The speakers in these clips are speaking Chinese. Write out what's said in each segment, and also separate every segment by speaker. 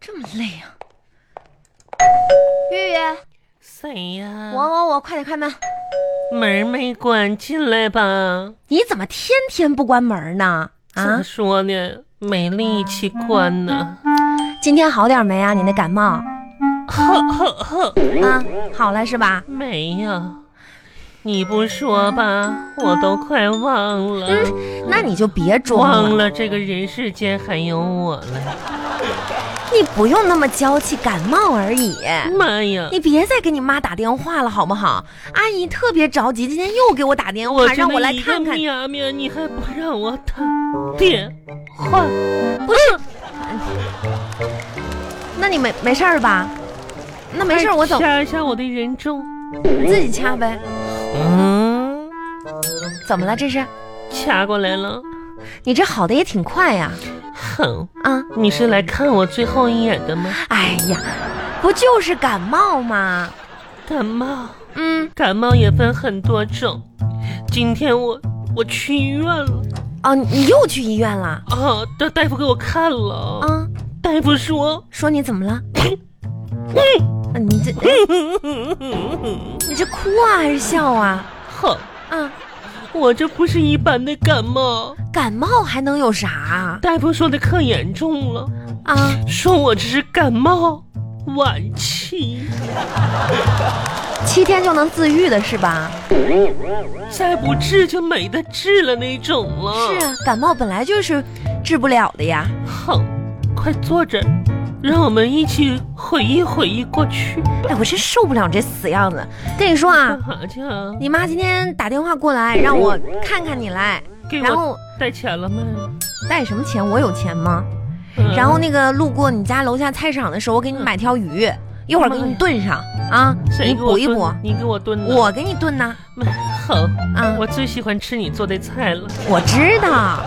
Speaker 1: 这么累啊！
Speaker 2: 月月，
Speaker 3: 谁呀？
Speaker 2: 我我我，快点开门！
Speaker 3: 门没关，进来吧。
Speaker 2: 你怎么天天不关门呢？
Speaker 3: 怎么
Speaker 2: 啊，
Speaker 3: 说呢？没力气关呢。
Speaker 2: 今天好点没啊？你那感冒
Speaker 3: 呵呵呵，
Speaker 2: 啊，好了是吧？
Speaker 3: 没呀。你不说吧，我都快忘了，
Speaker 2: 那你就别装
Speaker 3: 忘
Speaker 2: 了，
Speaker 3: 了这个人世间还有我了。
Speaker 2: 你不用那么娇气，感冒而已。
Speaker 3: 妈呀！
Speaker 2: 哎你别再给你妈打电话了，好不好？阿姨特别着急，今天又给我打电话，让我来看看。
Speaker 3: 喵喵，你还不让我打电话？
Speaker 2: 不是，那你没没事儿吧？那没事儿，我走，
Speaker 3: 掐一下我的人中。
Speaker 2: 自己掐呗。
Speaker 3: 嗯，
Speaker 2: 怎么了？这是
Speaker 3: 掐过来了。
Speaker 2: 你这好的也挺快呀！
Speaker 3: 哼，
Speaker 2: 啊，
Speaker 3: 你是来看我最后一眼的吗？
Speaker 2: 哎呀，不就是感冒吗？
Speaker 3: 感冒，
Speaker 2: 嗯，
Speaker 3: 感冒也分很多种。今天我我去医院了
Speaker 2: 哦，你你又去医院了？
Speaker 3: 啊，大大夫给我看了，
Speaker 2: 啊，
Speaker 3: 大夫说，
Speaker 2: 说你怎么了？啊你 这你这哭啊还是笑啊？
Speaker 3: 哼，
Speaker 2: 啊，
Speaker 3: 我这不是一般的感冒，
Speaker 2: 感冒还能有啥啊？
Speaker 3: 大夫说的可严重了。
Speaker 2: 啊
Speaker 3: 说我这是感冒晚期，
Speaker 2: 七天就能自愈的是吧？
Speaker 3: 再不治就没得治了那种了。
Speaker 2: 是啊，感冒本来就是治不了的呀。
Speaker 3: 好，快坐着，让我们一起回忆回忆过去。
Speaker 2: 哎，我真受不了这死样子。跟你说啊
Speaker 3: 干，啥去啊？
Speaker 2: 你妈今天打电话过来让我看看你来，
Speaker 3: 给
Speaker 2: 然
Speaker 3: 我
Speaker 2: 后
Speaker 3: 带钱了吗？
Speaker 2: 带什么钱？我有钱吗？
Speaker 3: 嗯
Speaker 2: 然后那个路过你家楼下菜市场的时候，我给你买条鱼，一会儿给你炖上啊，
Speaker 3: 嗯谁
Speaker 2: 你
Speaker 3: 给我
Speaker 2: 补一
Speaker 3: 炖
Speaker 2: 补。
Speaker 3: 你给我炖的。
Speaker 2: 我给你炖呢
Speaker 3: 好，
Speaker 2: 啊，
Speaker 3: 我最喜欢吃你做的菜了。
Speaker 2: 我知道。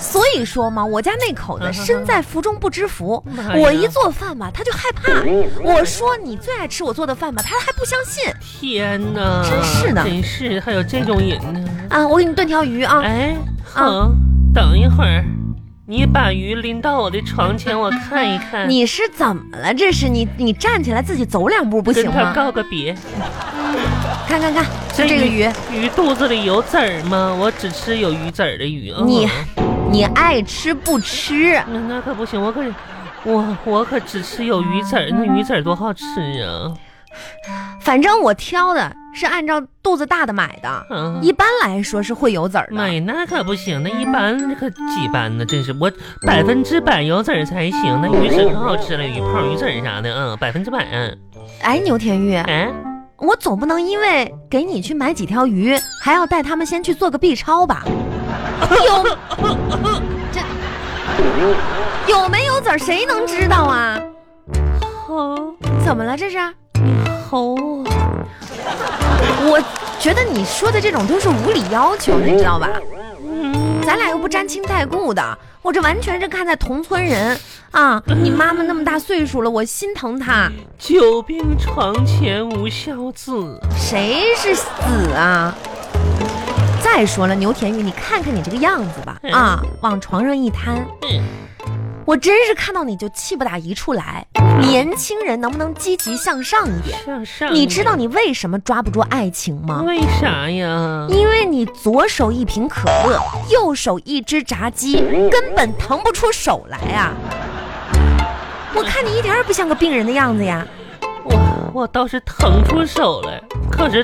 Speaker 2: 所以说嘛，我家那口子
Speaker 3: 嗯哼哼哎
Speaker 2: 身在福中不知福
Speaker 3: 妈呀，
Speaker 2: 我一做饭吧，他就害怕。我说你最爱吃我做的饭吧，他还不相信
Speaker 3: 天哪，
Speaker 2: 真是的
Speaker 3: 真是还有这种人呢。
Speaker 2: 啊！我给你炖条鱼啊，
Speaker 3: 哎，好，等一会儿，你把鱼拎到我的床前，我看一看。
Speaker 2: 你是怎么了？这是你你站起来自己走两步不
Speaker 3: 跟
Speaker 2: 行
Speaker 3: 他
Speaker 2: 吗？
Speaker 3: 告个别。
Speaker 2: 看看看，就这个鱼，
Speaker 3: 鱼肚子里有籽儿吗？我只吃有鱼籽儿的鱼。嗯
Speaker 2: 你你爱吃不吃？
Speaker 3: 那那可不行，我可我我可只吃有鱼籽儿，那鱼籽儿多好吃啊！
Speaker 2: 反正我挑的是按照肚子大的买的，
Speaker 3: 嗯
Speaker 2: 一般来说是会有籽儿
Speaker 3: 妈
Speaker 2: 的。
Speaker 3: 呀，那可不行，那一般可几般呢？真是我百分之百有籽儿才行，那鱼籽儿可好吃了，鱼泡、鱼籽儿啥的，嗯，百分之百。嗯
Speaker 2: 哎，牛田玉，
Speaker 3: 哎，
Speaker 2: 我总不能因为给你去买几条鱼，还要带他们先去做个 B 超吧？有这有没有籽儿谁能知道啊？
Speaker 3: 好，
Speaker 2: 怎么了这是？
Speaker 3: 好啊，
Speaker 2: 我觉得你说的这种都是无理要求，你知道吧？
Speaker 3: 嗯，
Speaker 2: 咱俩又不沾亲带故的，我这完全是看在同村人啊！你妈妈那么大岁数了，我心疼她。
Speaker 3: 久病床前无孝子。
Speaker 2: 谁是子啊？再说了，牛田玉，你看看你这个样子吧，啊，往床上一瘫，
Speaker 3: 嗯
Speaker 2: 我真是看到你就气不打一处来。年轻人能不能积极向上一点？
Speaker 3: 向上，
Speaker 2: 你知道你为什么抓不住爱情吗？
Speaker 3: 为啥呀？
Speaker 2: 因为你左手一瓶可乐，右手一只炸鸡，根本腾不出手来啊！我看你一点儿也不像个病人的样子呀！
Speaker 3: 我我倒是腾出手来，可是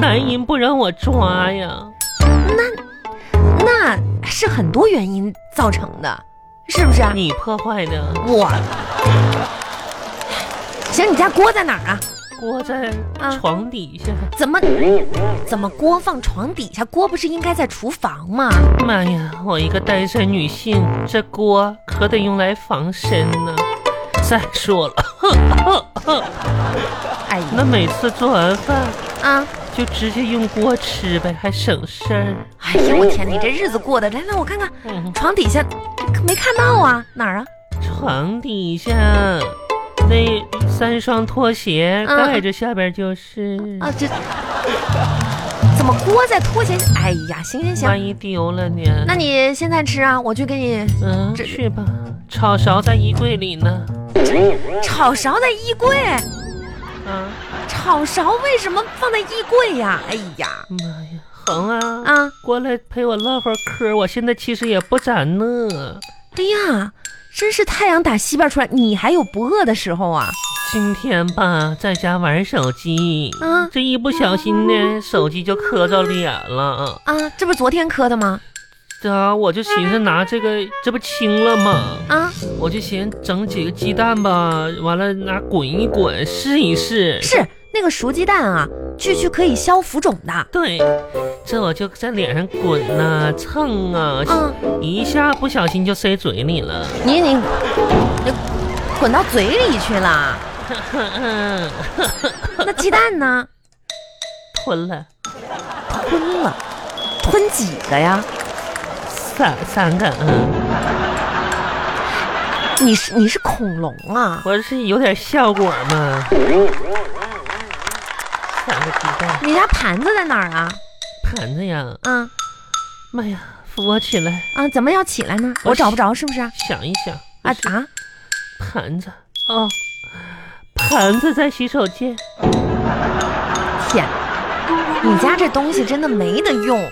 Speaker 3: 男人不让我抓呀。
Speaker 2: 那是很多原因造成的，是不是啊？
Speaker 3: 你破坏的
Speaker 2: 我，行，你家锅在哪儿啊？
Speaker 3: 锅在
Speaker 2: 啊
Speaker 3: 床底下，
Speaker 2: 怎么怎么锅放床底下？锅不是应该在厨房吗？
Speaker 3: 妈呀！我一个单身女性，这锅可得用来防身呢。再说了，
Speaker 2: 哎呀
Speaker 3: 那每次做完饭
Speaker 2: 啊！
Speaker 3: 就直接用锅吃呗，还省事儿。
Speaker 2: 哎呀，我天，你这日子过的，来来，我看看
Speaker 3: 嗯
Speaker 2: 床底下没看到啊？哪儿啊？
Speaker 3: 床底下那三双拖鞋
Speaker 2: 嗯
Speaker 3: 盖着，下边就是。
Speaker 2: 啊，这怎么锅在拖鞋？哎呀，行行行，
Speaker 3: 万一丢了呢？
Speaker 2: 那你现在吃啊，我去给你。
Speaker 3: 嗯，
Speaker 2: 这
Speaker 3: 去吧，炒勺在衣柜里呢。
Speaker 2: 炒勺在衣柜，嗯
Speaker 3: 啊，
Speaker 2: 炒勺为什么放在衣柜呀？哎呀，
Speaker 3: 妈呀，恒啊，
Speaker 2: 啊，
Speaker 3: 过来陪我唠会儿嗑儿，我现在其实也不咋饿。
Speaker 2: 哎呀，真是太阳打西边出来，你还有不饿的时候啊？
Speaker 3: 今天吧，在家玩手机，
Speaker 2: 啊
Speaker 3: 这一不小心
Speaker 2: 嗯
Speaker 3: 呢，手机就磕着脸了。
Speaker 2: 啊，这不是昨天磕的吗？
Speaker 3: 这、我就寻思拿这个，这不青了吗？
Speaker 2: 啊，
Speaker 3: 我就寻思整几个鸡蛋吧，完了拿滚一滚试一试。
Speaker 2: 是那个熟鸡蛋啊，据去可以消浮肿的。
Speaker 3: 对，这我就在脸上滚呐、蹭啊，
Speaker 2: 嗯，
Speaker 3: 一下不小心就塞嘴里了。
Speaker 2: 你你你滚到嘴里去 了，那鸡蛋呢？
Speaker 3: 吞了
Speaker 2: 吞了，吞几个呀？
Speaker 3: 三三个，嗯，
Speaker 2: 你是你是恐龙啊？
Speaker 3: 我是有点效果嘛。三个鸡蛋，
Speaker 2: 你家盘子在哪儿啊？
Speaker 3: 盘子呀，
Speaker 2: 啊
Speaker 3: 妈呀，扶我起来，
Speaker 2: 啊，怎么要起来呢？
Speaker 3: 我
Speaker 2: 我找不着是不是？啊
Speaker 3: 想一想
Speaker 2: 啊
Speaker 3: 不是盘子哦，盘子在洗手间，
Speaker 2: 天，你家这东西真的没得用。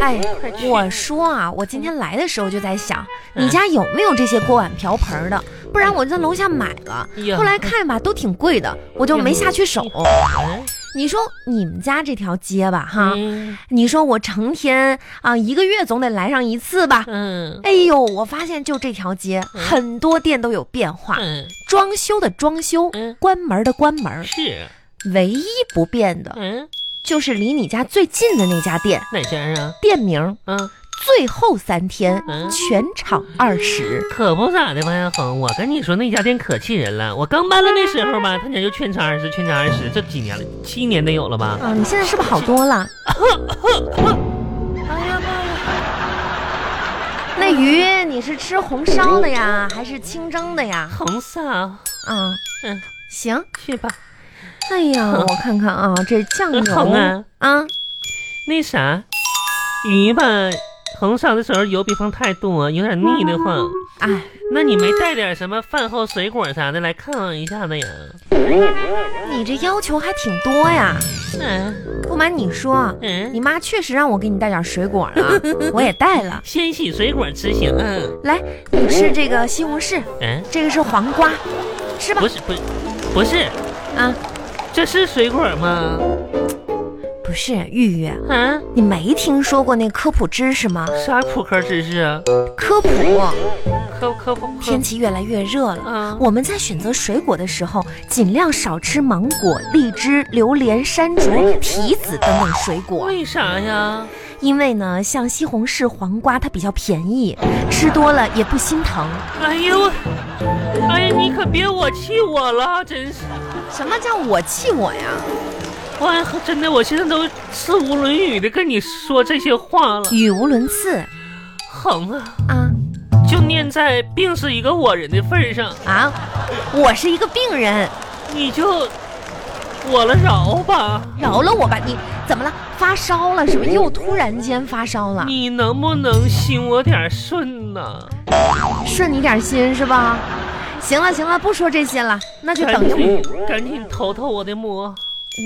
Speaker 2: 哎，我说啊，我今天来的时候就在想，
Speaker 3: 嗯
Speaker 2: 你家有没有这些锅碗瓢盆儿的？不然我就在楼下买了
Speaker 3: 哎，呀
Speaker 2: 后来看吧，都挺贵的，我就没下去手。
Speaker 3: 哎
Speaker 2: 你说你们家这条街吧，哈，
Speaker 3: 嗯
Speaker 2: 你说我成天啊，一个月总得来上一次吧。
Speaker 3: 嗯
Speaker 2: 哎呦，我发现就这条街，
Speaker 3: 嗯
Speaker 2: 很多店都有变化，
Speaker 3: 嗯
Speaker 2: 装修的装修，
Speaker 3: 嗯，
Speaker 2: 关门的关门，
Speaker 3: 是
Speaker 2: 唯一不变的
Speaker 3: 嗯
Speaker 2: 就是离你家最近的那家店，
Speaker 3: 哪家啊？
Speaker 2: 店名
Speaker 3: 嗯，
Speaker 2: 最后三天
Speaker 3: 嗯
Speaker 2: 全场二十。
Speaker 3: 可不咋的吧，呀恒，我跟你说那家店可气人了。我刚搬来那时候吧，他家就劝差二十，劝差二十，这几年了，七年得有了吧？
Speaker 2: 啊，你现在是不是好多了？
Speaker 3: 哎呀妈呀！
Speaker 2: 那鱼你是吃红烧的呀，还是清蒸的呀？
Speaker 3: 恒嫂，
Speaker 2: 啊，
Speaker 3: 嗯，
Speaker 2: 行。
Speaker 3: 去吧。
Speaker 2: 哎呀，我看看啊，这酱油
Speaker 3: 恒啊，
Speaker 2: 啊，
Speaker 3: 那啥，鱼吧，红烧的时候油别放太多，有点腻得慌。
Speaker 2: 哎，
Speaker 3: 那你没带点什么饭后水果啥的来犒赏一下子呀？
Speaker 2: 你这要求还挺多呀。
Speaker 3: 嗯
Speaker 2: 不瞒你说，啊你
Speaker 3: 嗯，
Speaker 2: 妈确实让我给你带点水果了，啊我也带了。
Speaker 3: 先洗水果吃行。嗯
Speaker 2: 来，你吃这个西红柿，
Speaker 3: 嗯，
Speaker 2: 这个是黄瓜，吃吧
Speaker 3: 不。是不是不是，
Speaker 2: 啊，
Speaker 3: 这是水果吗？
Speaker 2: 不是玉玉，
Speaker 3: 啊，
Speaker 2: 你没听说过那科普知识吗？
Speaker 3: 啥扑克知识啊？
Speaker 2: 科普，
Speaker 3: 科科普科
Speaker 2: 天气越来越热了。
Speaker 3: 啊，
Speaker 2: 我们在选择水果的时候，尽量少吃芒果、荔枝、榴莲、山竹、提子等等水果，
Speaker 3: 为啥呀？
Speaker 2: 因为呢，像西红柿、黄瓜它比较便宜，吃多了也不心疼。
Speaker 3: 哎呦我，哎呀，你可别我气我了，真是，
Speaker 2: 什么叫我气我呀？
Speaker 3: 哎呀，真的，我现在都词无论语的跟你说这些话了。
Speaker 2: 语无伦次
Speaker 3: 横啊，
Speaker 2: 啊
Speaker 3: 就念在并是一个我人的份上，
Speaker 2: 啊！我是一个病人，
Speaker 3: 你就我了饶吧。
Speaker 2: 饶了我吧！你怎么了？发烧了是不是？又突然间发烧了，
Speaker 3: 你能不能心我点顺呐、
Speaker 2: 顺你点心是吧？行了行了，不说这些了，那就
Speaker 3: 赶
Speaker 2: 等着
Speaker 3: 紧赶紧头头我的摸，
Speaker 2: 哎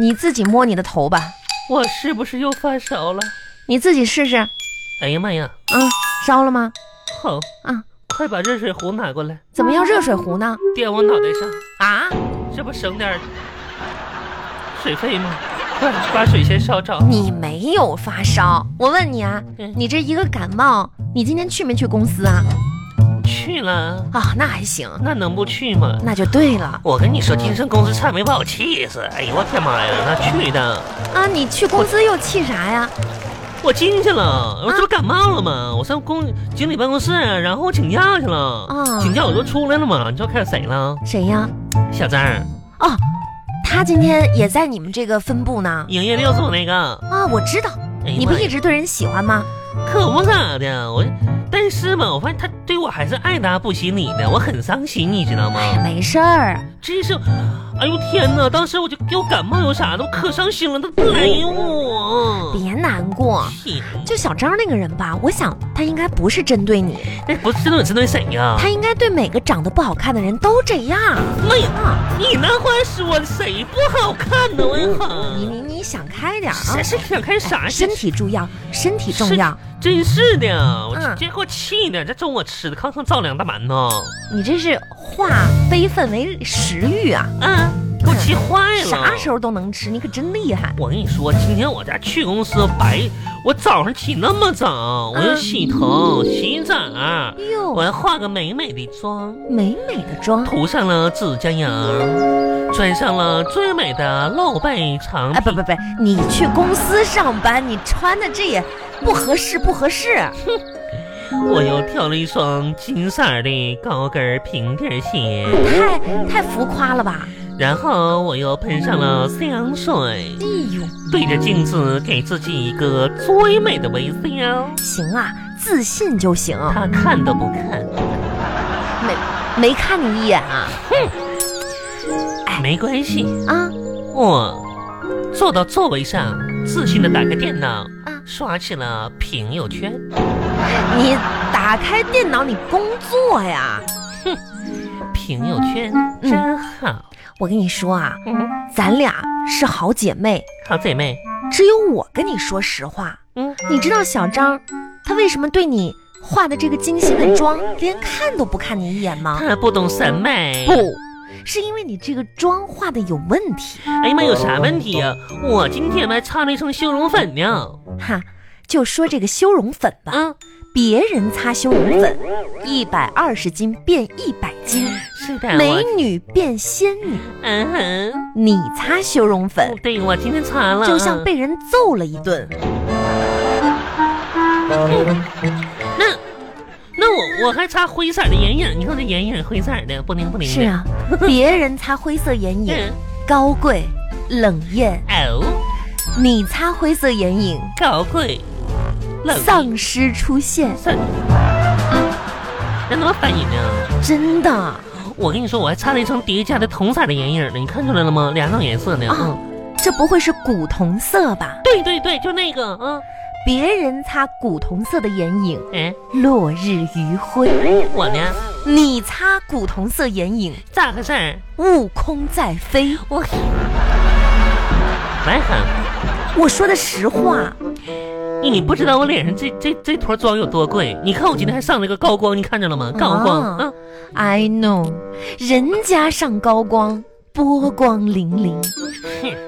Speaker 2: 你自己摸你的头吧，
Speaker 3: 我是不是又发烧了？
Speaker 2: 你自己试试。
Speaker 3: 哎呀妈呀，
Speaker 2: 嗯，烧了吗？
Speaker 3: 好
Speaker 2: 啊，
Speaker 3: 快把热水壶拿过来，
Speaker 2: 怎么要热水壶呢？
Speaker 3: 垫我脑袋上。
Speaker 2: 啊，
Speaker 3: 这不省点儿水费吗？快把水先烧着。
Speaker 2: 你没有发烧，我问你啊
Speaker 3: 嗯，
Speaker 2: 你这一个感冒，你今天去没去公司啊？
Speaker 3: 去了，
Speaker 2: 啊，那还行，
Speaker 3: 那能不去吗？
Speaker 2: 那就对了
Speaker 3: 我跟你说，金盛公司差点没把我气死！哎呦我天妈呀，那去的，
Speaker 2: 啊！你去公司又气啥呀？
Speaker 3: 我进去
Speaker 2: 啊
Speaker 3: 了，我这不感冒了吗？我上公经理办公室，然后我请假去了。
Speaker 2: 啊
Speaker 3: 请假我就出来了嘛。你知道看谁了？
Speaker 2: 谁呀？
Speaker 3: 小张，
Speaker 2: 哦，他今天也在你们这个分部呢。
Speaker 3: 营业六组那个。
Speaker 2: 啊，我知道，
Speaker 3: 哎呀
Speaker 2: 你不
Speaker 3: 妈呀
Speaker 2: 一直对人喜欢吗？
Speaker 3: 可不咋的，我但是吧，我发现他
Speaker 2: 哎
Speaker 3: 对我还是爱答不理的，我很伤心，你知道吗？
Speaker 2: 没事儿，
Speaker 3: 这是哎呦天哪！当时我就又感冒又啥的，我可伤心了。他哎呦我，
Speaker 2: 别难过。
Speaker 3: 天
Speaker 2: 就小张那个人吧，我想他应该不是针对你，
Speaker 3: 那哎不是针对针对谁呀、
Speaker 2: 他应该对每个长得不好看的人都这样。
Speaker 3: 那也
Speaker 2: 啊，
Speaker 3: 你那话说的谁不好看呢？我
Speaker 2: 你
Speaker 3: 靠！
Speaker 2: 你你想开点儿啊
Speaker 3: 谁！是想看啥？
Speaker 2: 身体重要，身体重要。
Speaker 3: 真是的，我
Speaker 2: 嗯
Speaker 3: 今天给我气的，这中午我吃的康康造两大馒头，
Speaker 2: 你这是化悲愤为食欲啊！
Speaker 3: 啊，给我气坏了。
Speaker 2: 啥时候都能吃，你可真厉害。
Speaker 3: 我跟你说，今天我家去公司白，我早上起那么早，我要洗
Speaker 2: 嗯
Speaker 3: 头、洗澡，
Speaker 2: 哎
Speaker 3: 我
Speaker 2: 呦，
Speaker 3: 要化个美美的妆，
Speaker 2: 美美的妆。
Speaker 3: 涂上了指甲油，穿上了最美的露背长
Speaker 2: 哎，
Speaker 3: 披
Speaker 2: 不不不，你去公司上班，你穿的这也不合适，不合适。
Speaker 3: 我又挑了一双金色儿的高跟儿平底儿鞋，
Speaker 2: 太太浮夸了吧？
Speaker 3: 然后我又喷上了香水，
Speaker 2: 哎呦，
Speaker 3: 对着镜子给自己一个最美的微笑。
Speaker 2: 行啊，自信就行。
Speaker 3: 他看都不看，
Speaker 2: 没没看你一眼啊？
Speaker 3: 没关系。
Speaker 2: 啊，
Speaker 3: 我坐到座位上，自信的打开电脑，
Speaker 2: 嗯
Speaker 3: 刷起了朋友圈。
Speaker 2: 你打开电脑，你工作呀？
Speaker 3: 朋友圈
Speaker 2: 嗯
Speaker 3: 真好，
Speaker 2: 我跟你说啊，咱俩是好姐妹，
Speaker 3: 好姐妹，
Speaker 2: 只有我跟你说实话。
Speaker 3: 嗯，
Speaker 2: 你知道小张他为什么对你化的这个精心的妆连看都不看你一眼吗？
Speaker 3: 她不懂审美。
Speaker 2: 不，是因为你这个妆化的有问题
Speaker 3: 哎呀妈，有啥问题呀、我今天还擦了一层修容粉呢。
Speaker 2: 哈。就说这个修容粉吧，
Speaker 3: 啊，
Speaker 2: 别人擦修容粉，一百二十斤变一百斤，
Speaker 3: 是的，
Speaker 2: 美
Speaker 3: 哎我，
Speaker 2: 女变仙女。
Speaker 3: 嗯哼，
Speaker 2: 你擦修容粉，
Speaker 3: 对我今天擦了，嗯
Speaker 2: 就像被人揍了一顿。
Speaker 3: 那那我我还擦灰色的眼影，你看这眼影灰色的，不灵不灵的。
Speaker 2: 是，啊，别人擦灰色眼影，
Speaker 3: 嗯，
Speaker 2: 高贵冷艳；
Speaker 3: 哦，
Speaker 2: 你擦灰色眼影，
Speaker 3: 高贵，嗯冷
Speaker 2: 丧尸出现。
Speaker 3: 是，让他们哎反应呢。
Speaker 2: 真的，
Speaker 3: 我跟你说，我还擦了一层叠加的同色的眼影呢，你看出来了吗？两种颜色呢。
Speaker 2: 啊
Speaker 3: 嗯，
Speaker 2: 这不会是古铜色吧？
Speaker 3: 对对对，就那个，嗯，
Speaker 2: 别人擦古铜色的眼影，
Speaker 3: 哎，
Speaker 2: 落日余晖；
Speaker 3: 我呢，
Speaker 2: 你擦古铜色眼影，
Speaker 3: 咋回事儿？
Speaker 2: 悟空在飞。
Speaker 3: 我，白喊，
Speaker 2: 我说的实话，
Speaker 3: 哎你不知道我脸上这这这坨妆有多贵？你看我今天还上了个高光，你看着了吗？高光，
Speaker 2: 啊
Speaker 3: 嗯，
Speaker 2: I know，人家上高光，波光粼粼；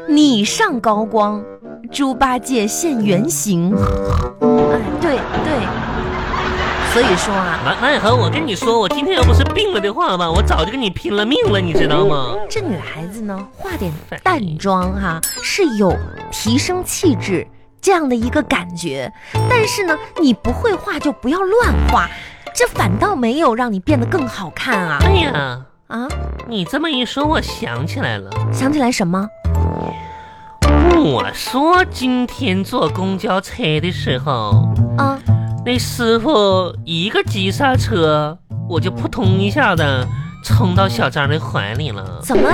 Speaker 2: 你上高光，猪八戒现原形。哎，对对，所以说啊，
Speaker 3: 王王小恒，我跟你说，我今天要不是病了的话吧，我早就跟你拼了命了，你知道吗？
Speaker 2: 这女孩子呢，化点淡妆哈、是有提升气质这样的一个感觉。但是呢，你不会画就不要乱画，这反倒没有让你变得更好看啊
Speaker 3: 哎呀，
Speaker 2: 啊！
Speaker 3: 你这么一说，我想起来了。
Speaker 2: 想起来什么？
Speaker 3: 我说今天坐公交车的时候，
Speaker 2: 啊，
Speaker 3: 那师傅一个急刹车，我就扑通一下子冲到小张的怀里了。
Speaker 2: 怎么？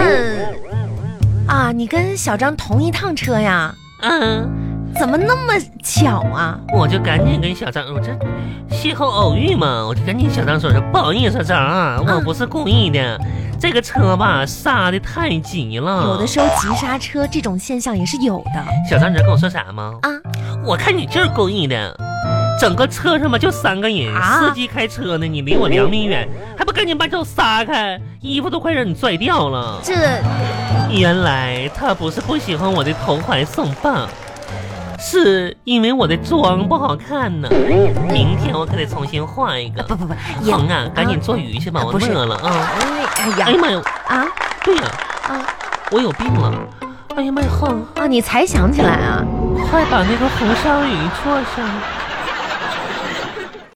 Speaker 2: 啊，你跟小张同一趟车呀？
Speaker 3: 嗯，
Speaker 2: 怎么那么巧啊？
Speaker 3: 我就赶紧跟小张，我这邂逅偶遇嘛，我就赶紧小张说说，不好意思，张啊，我不是故意的，这个车吧刹的太急了。
Speaker 2: 有的时候急刹车这种现象也是有的
Speaker 3: 小张，你知道跟我说啥吗？
Speaker 2: 啊。
Speaker 3: 我看你就是故意的。整个车上吧就三个人，
Speaker 2: 啊
Speaker 3: 司机开车呢，你离我两米远，还不赶紧把脚撒开，衣服都快让你拽掉了。
Speaker 2: 这
Speaker 3: 原来他不是不喜欢我的投怀送抱，是因为我的妆不好看呢。明天我可得重新画一个。
Speaker 2: 不嗯不不，也
Speaker 3: 疼啊，赶紧做鱼去吧，
Speaker 2: 啊
Speaker 3: 我
Speaker 2: 不是
Speaker 3: 饿了啊！
Speaker 2: 哎
Speaker 3: 哎呀
Speaker 2: 呀
Speaker 3: 妈呀，
Speaker 2: 啊
Speaker 3: 对呀、
Speaker 2: 啊
Speaker 3: 我有病了！哎呀妈呀，哼
Speaker 2: 啊！你才想起来啊？
Speaker 3: 快把那个红烧鱼做上。